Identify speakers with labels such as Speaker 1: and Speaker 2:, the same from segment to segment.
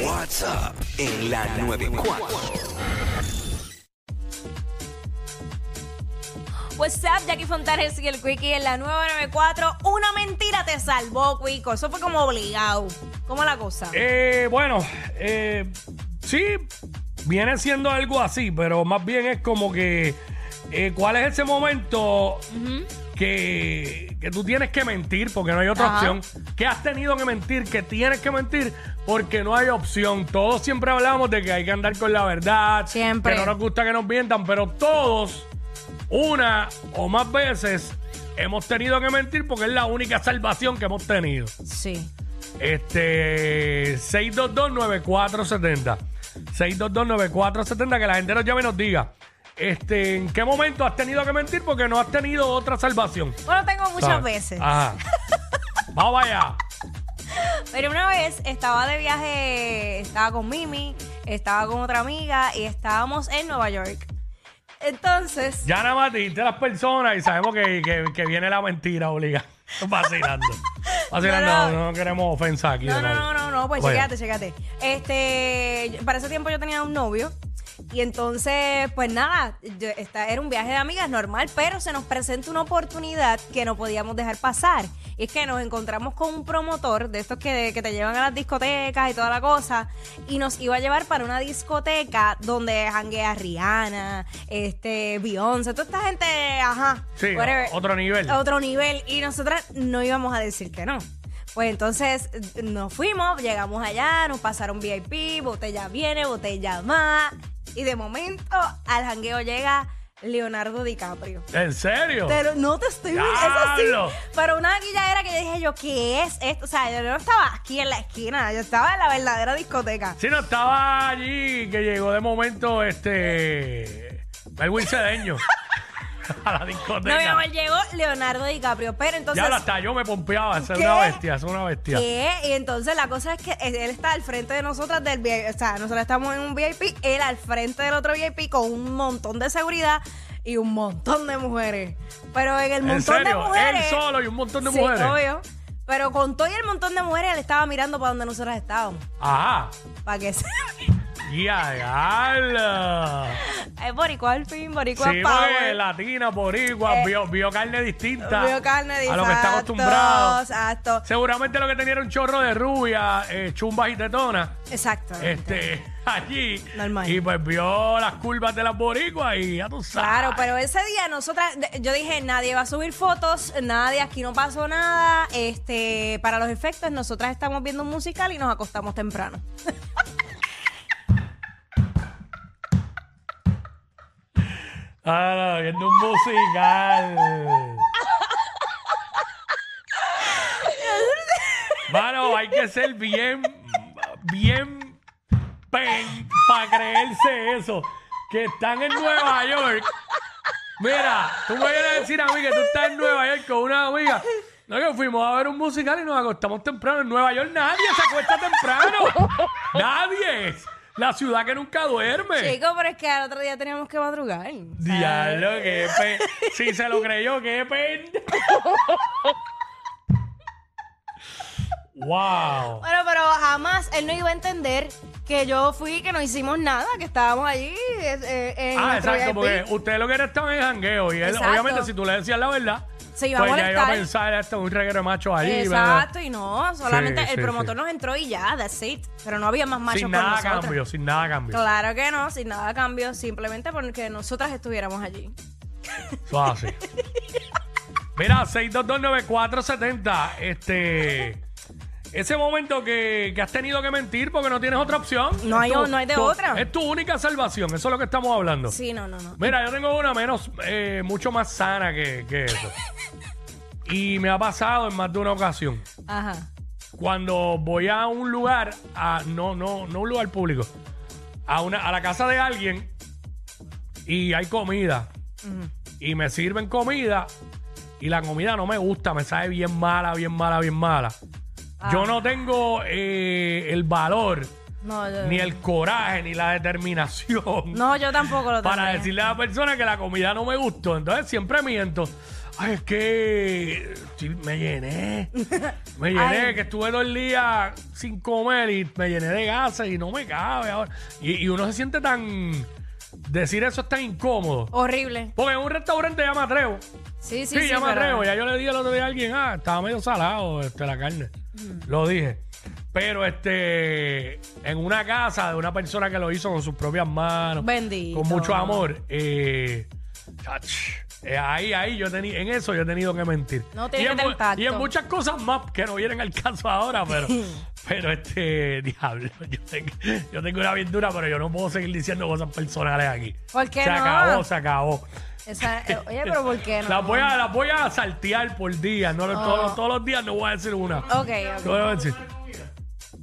Speaker 1: WhatsApp en la 94.
Speaker 2: WhatsApp, Jackie Fontanes y el Quickie en la 994. Una mentira te salvó, Quico. Eso fue como obligado. ¿Cómo la cosa?
Speaker 3: Eh, bueno, eh, sí, viene siendo algo así, pero más bien es como que, eh, ¿cuál es ese momento que, que tú tienes que mentir porque no hay otra
Speaker 2: Ajá.
Speaker 3: opción? Que has tenido que mentir, que tienes que mentir porque no hay opción. Todos siempre hablamos de que hay que andar con la verdad,
Speaker 2: Siempre.
Speaker 3: que no nos gusta que nos mientan, pero todos, una o más veces, hemos tenido que mentir porque es la única salvación que hemos tenido.
Speaker 2: Sí.
Speaker 3: Este 6229470. 6229470 que la gente nos llame y nos diga. Este, ¿en qué momento has tenido que mentir porque no has tenido otra salvación?
Speaker 2: Bueno, tengo muchas
Speaker 3: ¿Sabes?
Speaker 2: veces.
Speaker 3: Ajá. Vamos allá.
Speaker 2: Pero una vez estaba de viaje, estaba con Mimi, estaba con otra amiga y estábamos en Nueva York. Entonces,
Speaker 3: Ya nada más dijiste las personas y sabemos que, que- que viene la mentira obliga. Vacilando. Vacilando,
Speaker 2: No,
Speaker 3: no,
Speaker 2: no.
Speaker 3: no queremos ofensa aquí.
Speaker 2: no,
Speaker 3: de
Speaker 2: no,
Speaker 3: nadie.
Speaker 2: no, no, no, pues
Speaker 3: Bueno.
Speaker 2: chécate, chécate. Este, yo- para ese tiempo yo tenía un novio y entonces, pues nada, yo- esta, era un viaje de amigas normal, pero se nos presenta una oportunidad que no podíamos dejar pasar. Y es que nos encontramos con un promotor de estos que, que te llevan a las discotecas y toda la cosa, y nos iba a llevar para una discoteca donde janguea Rihanna, este, Beyoncé, toda esta gente, ajá,
Speaker 3: Sí,
Speaker 2: whatever.
Speaker 3: otro nivel.
Speaker 2: A otro nivel. Y nosotras no íbamos a decir que no. Pues entonces eh, nos fuimos, llegamos allá, nos pasaron VIP, botella viene, botella más. Y de momento al jangueo llega Leonardo DiCaprio.
Speaker 3: ¿En serio?
Speaker 2: Pero no te estoy mintiendo.
Speaker 3: ¡Diablo!
Speaker 2: Es así. Pero una guilladera que yo dije yo, ¿qué es esto? O sea, yo no estaba aquí en la esquina, yo estaba en la verdadera discoteca.
Speaker 3: Si no estaba allí, que llegó de momento este. Melwin Cedeño a la
Speaker 2: No, mi
Speaker 3: discoteca.
Speaker 2: amor, llegó Leonardo DiCaprio. Pero entonces.
Speaker 3: ya la hasta yo me pompeaba, esa es
Speaker 2: ¿Qué?
Speaker 3: una bestia, esa es una bestia.
Speaker 2: ¿Qué? Y entonces la cosa es que él él está al frente de nosotras del VIP. O sea, nosotras estamos en un VIP, él al frente del otro VIP con un montón de seguridad y un montón de mujeres. Pero en el
Speaker 3: En
Speaker 2: montón
Speaker 3: serio,
Speaker 2: de mujeres.
Speaker 3: él solo y un montón de
Speaker 2: sí,
Speaker 3: mujeres.
Speaker 2: obvio. Pero con todo y el montón de mujeres, él estaba mirando para donde nosotras estábamos.
Speaker 3: Ajá.
Speaker 2: Para que se.
Speaker 3: Ya, ya.
Speaker 2: Es boricua al fin, boricua
Speaker 3: Sí, pues, porque
Speaker 2: power.
Speaker 3: latina, boricua,
Speaker 2: Eh,
Speaker 3: vio, vio carne distinta.
Speaker 2: Vio carne
Speaker 3: A lo que está
Speaker 2: exacto,
Speaker 3: acostumbrado.
Speaker 2: Exacto.
Speaker 3: Seguramente lo que tenía era un chorro de rubia, eh, chumbas y tetonas.
Speaker 2: Exacto.
Speaker 3: este, allí.
Speaker 2: Normal.
Speaker 3: Y pues vio las curvas de las boricuas y ya tú sabes.
Speaker 2: Claro, pero ese día nosotras, de- yo dije, nadie va a subir fotos, nadie, aquí no pasó nada. Este, para los efectos, nosotras estamos viendo un musical y nos acostamos temprano.
Speaker 3: Ah, no, viendo un musical. Mano, hay que ser bien, bien pen para creerse eso. Que están en Nueva York. Mira, tú me vienes a decir a mí que tú estás en Nueva York con una amiga. No, que fuimos a ver un musical y nos acostamos temprano. En Nueva York nadie se acuesta temprano. Nadie. La ciudad que nunca duerme.
Speaker 2: Chico, pero es que al otro día teníamos que madrugar. O sea,
Speaker 3: Diablo, qué pe... Si se lo creyó, qué pende. wow.
Speaker 2: Bueno, pero jamás él no iba a entender que yo fui, que no hicimos nada, que estábamos allí. eh, eh, en
Speaker 3: Ah,
Speaker 2: nuestro
Speaker 3: exacto,
Speaker 2: VIP.
Speaker 3: porque ustedes lo que eran estaban en jangueo. Y él,
Speaker 2: Exacto.
Speaker 3: obviamente, si tú le decías la verdad,
Speaker 2: Se iba a
Speaker 3: pues ya iba a
Speaker 2: molestar.
Speaker 3: pensar, esto es un reguero de macho ahí.
Speaker 2: Exacto, y no, solamente
Speaker 3: Sí,
Speaker 2: el
Speaker 3: sí,
Speaker 2: promotor
Speaker 3: sí.
Speaker 2: nos entró y ya, that's it. Pero no había más
Speaker 3: ¿verdad?
Speaker 2: machos
Speaker 3: Sin
Speaker 2: con
Speaker 3: nada a
Speaker 2: nosotras.
Speaker 3: cambio, sin nada a cambio.
Speaker 2: Claro que no, sin nada a cambio, simplemente porque nosotras estuviéramos allí.
Speaker 3: Eso es así. Mira, 6229470. Este. Ese momento que, que has tenido que mentir porque no tienes otra opción.
Speaker 2: No
Speaker 3: Es
Speaker 2: hay o- no hay de otra.
Speaker 3: Es tu única salvación. Eso es lo que estamos hablando.
Speaker 2: Sí, no, no, no.
Speaker 3: Mira, yo tengo una menos, eh, mucho más sana que, que eso. y me ha pasado en más de una ocasión.
Speaker 2: Ajá.
Speaker 3: Cuando voy a un lugar, a, no, no, no un lugar público, a, una, a la casa de alguien y hay comida. Y me sirven comida y la comida no me gusta, me sabe bien mala, bien mala, bien mala. Yo no tengo eh, el valor
Speaker 2: No, yo,
Speaker 3: ni el coraje, ni la determinación
Speaker 2: no, yo tampoco lo tengo.
Speaker 3: para decirle a la persona que la comida no me gustó. Entonces siempre miento. Ay, es que sí, me llené. Me llené,
Speaker 2: Ay.
Speaker 3: que estuve dos días sin comer y me llené de gases y no me cabe ahora. Y, y uno se siente tan... Decir eso es tan incómodo.
Speaker 2: Oh. Horrible.
Speaker 3: Porque en un restaurante ya me atrevo.
Speaker 2: Sí, sí,
Speaker 3: Sí,
Speaker 2: sí.
Speaker 3: ya me
Speaker 2: pero-
Speaker 3: atrevo. Ya yo le dije el otro día a alguien, ah, estaba medio salado este, la carne.
Speaker 2: Mm.
Speaker 3: Lo dije. Pero este, en una casa de una persona que lo hizo con sus propias manos,
Speaker 2: Bendito.
Speaker 3: con mucho amor, eh, ach, eh, ahí, ahí, yo tenía, en eso yo he tenido que mentir.
Speaker 2: No, tiene
Speaker 3: y,
Speaker 2: que
Speaker 3: en,
Speaker 2: tener
Speaker 3: mu-
Speaker 2: tacto.
Speaker 3: y en muchas cosas más que no vienen al caso ahora, pero, pero este, diablo, yo tengo, yo tengo una bien dura, pero yo no puedo seguir diciendo cosas personales aquí.
Speaker 2: ¿Por qué
Speaker 3: se
Speaker 2: no?
Speaker 3: acabó, se acabó.
Speaker 2: Esa- eh, oye, pero ¿por qué no? Ah.
Speaker 3: Las voy a, las voy a saltear por día. No, todos, todos los días no voy a decir una.
Speaker 2: Ok,
Speaker 3: ¿Qué
Speaker 2: ok.
Speaker 3: voy a decir?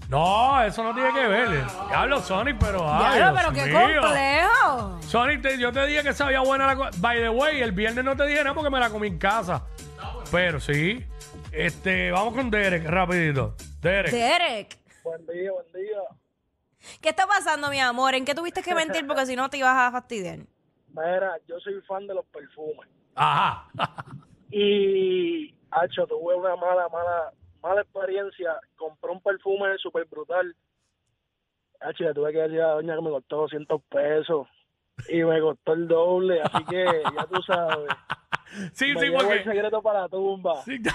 Speaker 3: No, eso no tiene que ver. Hablo Sonic, pero. ay,
Speaker 2: Diablo, pero
Speaker 3: Dios
Speaker 2: qué
Speaker 3: mío.
Speaker 2: complejo.
Speaker 3: Sonic, te- yo te dije que sabía buena la co- By the way, el viernes no te dije nada porque me la comí en casa. Pero sí. Este, vamos con Derek, rapidito. Derek.
Speaker 2: Derek,
Speaker 4: Buen día, buen día.
Speaker 2: ¿qué está pasando, mi amor? ¿En qué tuviste que mentir? Porque si no te ibas a fastidiar.
Speaker 4: Mira, yo soy fan de los perfumes.
Speaker 3: Ajá.
Speaker 4: Y, hacho, tuve una mala, mala, mala experiencia. Compré un perfume súper brutal. Hacho, le tuve que decir a la doña que me costó 200 pesos. Y me costó el doble, así que ya tú sabes.
Speaker 3: sí,
Speaker 4: me
Speaker 3: sí,
Speaker 4: llevo el
Speaker 3: porque.
Speaker 4: secreto para la tumba.
Speaker 3: Sí,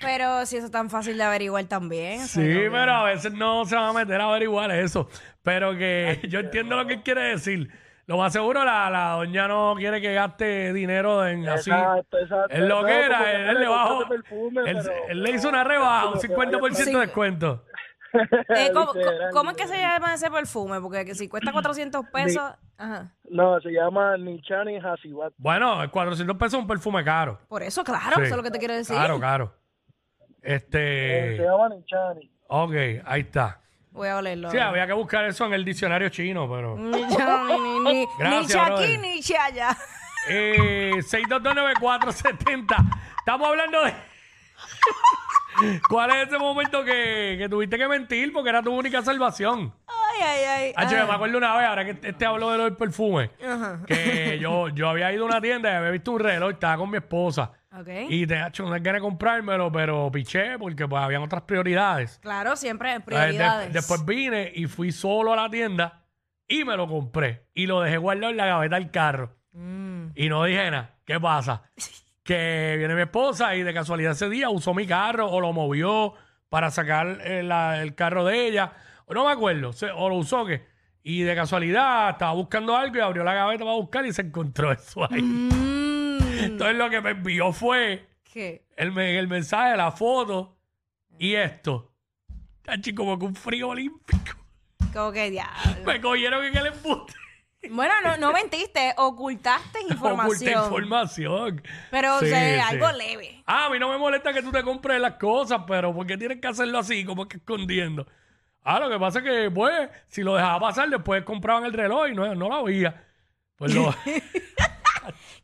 Speaker 2: Pero si eso es tan fácil de averiguar también. eso
Speaker 3: Sí,
Speaker 2: es lo que-
Speaker 3: pero a veces no se va a meter a averiguar eso. Pero que yo entiendo lo que quiere decir. Lo más seguro, la, la doña no quiere que gaste dinero en así.
Speaker 4: Exacto, exacto.
Speaker 3: Es lo
Speaker 4: No,
Speaker 3: que
Speaker 4: porque
Speaker 3: era,
Speaker 4: no
Speaker 3: él
Speaker 4: le
Speaker 3: le bajó.
Speaker 4: compraste perfume,
Speaker 3: él,
Speaker 4: pero-
Speaker 3: él le hizo una rebaja, un
Speaker 4: pero que vaya
Speaker 3: 50% de descuento.
Speaker 2: Eh, ¿cómo, co-
Speaker 4: Literal,
Speaker 2: cómo es que se llama ese perfume? Porque que si cuesta 400 pesos, ajá.
Speaker 4: No, se llama Nichani Hasibat.
Speaker 3: Bueno, 400 pesos es un perfume caro.
Speaker 2: Por eso, claro,
Speaker 3: Sí.
Speaker 2: eso es lo que te quiero decir.
Speaker 3: Caro, caro.
Speaker 4: Se
Speaker 3: Este.
Speaker 4: llama Nichani.
Speaker 3: Ok, ahí está.
Speaker 2: Voy a olerlo.
Speaker 3: Sí, había que buscar eso en el diccionario chino, pero.
Speaker 2: Ni, ni, ni, ni,
Speaker 3: Gracias,
Speaker 2: ni aquí,
Speaker 3: brother.
Speaker 2: ni allá.
Speaker 3: Eh, 6229470. Estamos hablando de. ¿Cuál es ese momento que, que tuviste que mentir porque era tu única salvación?
Speaker 2: Ay, ay, ay.
Speaker 3: Ah, che,
Speaker 2: ah.
Speaker 3: me acuerdo una vez, ahora que este este habló de los perfumes, que yo, yo había ido a una tienda y había visto un reloj, estaba con mi esposa.
Speaker 2: Ah, Ok.
Speaker 3: Y te ha hecho una ganas de comprármelo, pero piché porque pues habían otras prioridades.
Speaker 2: Claro, siempre
Speaker 3: Entonces, de-
Speaker 2: prioridades.
Speaker 3: después vine y fui solo a la tienda y me lo compré. Y lo dejé guardado en la gaveta del carro.
Speaker 2: Mm.
Speaker 3: Y no dije nada. ¿Qué pasa? Que viene mi esposa y de casualidad ese día usó mi carro o lo movió para sacar eh, la- el carro de ella. O No me acuerdo. se- o lo usó que. Y de casualidad estaba buscando algo y abrió la gaveta para buscar y se encontró eso ahí.
Speaker 2: Mm.
Speaker 3: Entonces lo que me envió fue
Speaker 2: ¿Qué?
Speaker 3: el, me- el mensaje, la foto y esto. Tachi, como que un frío olímpico.
Speaker 2: ¿Cómo que diablo?
Speaker 3: Me cogieron en el embuste.
Speaker 2: Bueno, no, no mentiste, ocultaste
Speaker 3: Oculté
Speaker 2: información.
Speaker 3: información.
Speaker 2: Pero, o
Speaker 3: Sí,
Speaker 2: sea,
Speaker 3: sí.
Speaker 2: algo leve.
Speaker 3: Ah, a mí no me molesta que tú te compres las cosas, pero ¿por qué tienes que hacerlo así, como que escondiendo? Ah, lo que pasa es que, pues, si lo dejaba pasar, después compraban el reloj y no, no lo había. Pues lo,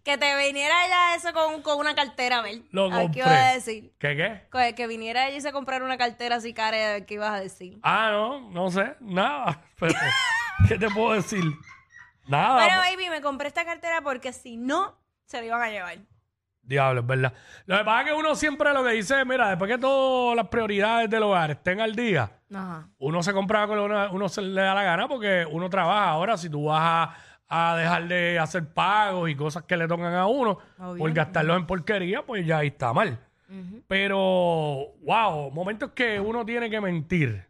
Speaker 2: Que te viniera ya eso con, con una cartera, a ver.
Speaker 3: lo
Speaker 2: a ver, ¿Qué
Speaker 3: compré.
Speaker 2: ibas a decir?
Speaker 3: ¿Qué qué?
Speaker 2: Que, que viniera ella y se comprara una cartera así cara, a ver qué ibas a decir.
Speaker 3: Ah, no, no sé, nada. Pero, ¿Qué te puedo decir? Nada.
Speaker 2: Pero, baby, me compré esta cartera porque si no, se la iban a llevar.
Speaker 3: Diablo, es verdad. Lo que pasa es que uno siempre lo que dice, mira, después que todas las prioridades del hogar estén al día,
Speaker 2: Ajá.
Speaker 3: uno se compra con lo que uno, uno se le da la gana porque uno trabaja. Ahora, si tú vas a, a dejar de hacer pagos y cosas que le tocan a uno
Speaker 2: Obvio.
Speaker 3: por gastarlos en porquería, pues ya ahí está mal.
Speaker 2: Ujú.
Speaker 3: Pero, wow, momentos que uno tiene que mentir.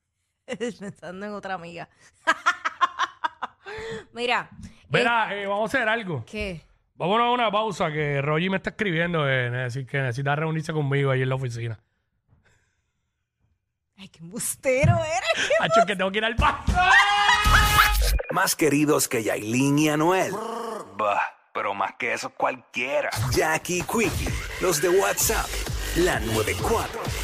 Speaker 2: Pensando en otra amiga. Mira.
Speaker 3: Mira, eh, vamos a hacer algo.
Speaker 2: eh, ¿Qué?
Speaker 3: Vámonos a una pausa que Roger me está escribiendo eh, neces- que necesita reunirse conmigo ahí en la oficina.
Speaker 2: Ay, qué embustero eres.
Speaker 3: Hacho, que tengo que ir al baño.
Speaker 1: Más queridos que Yailin y Anuel. Bah, pero más que eso cualquiera. Jackie Quickie, los de WhatsApp, la 94.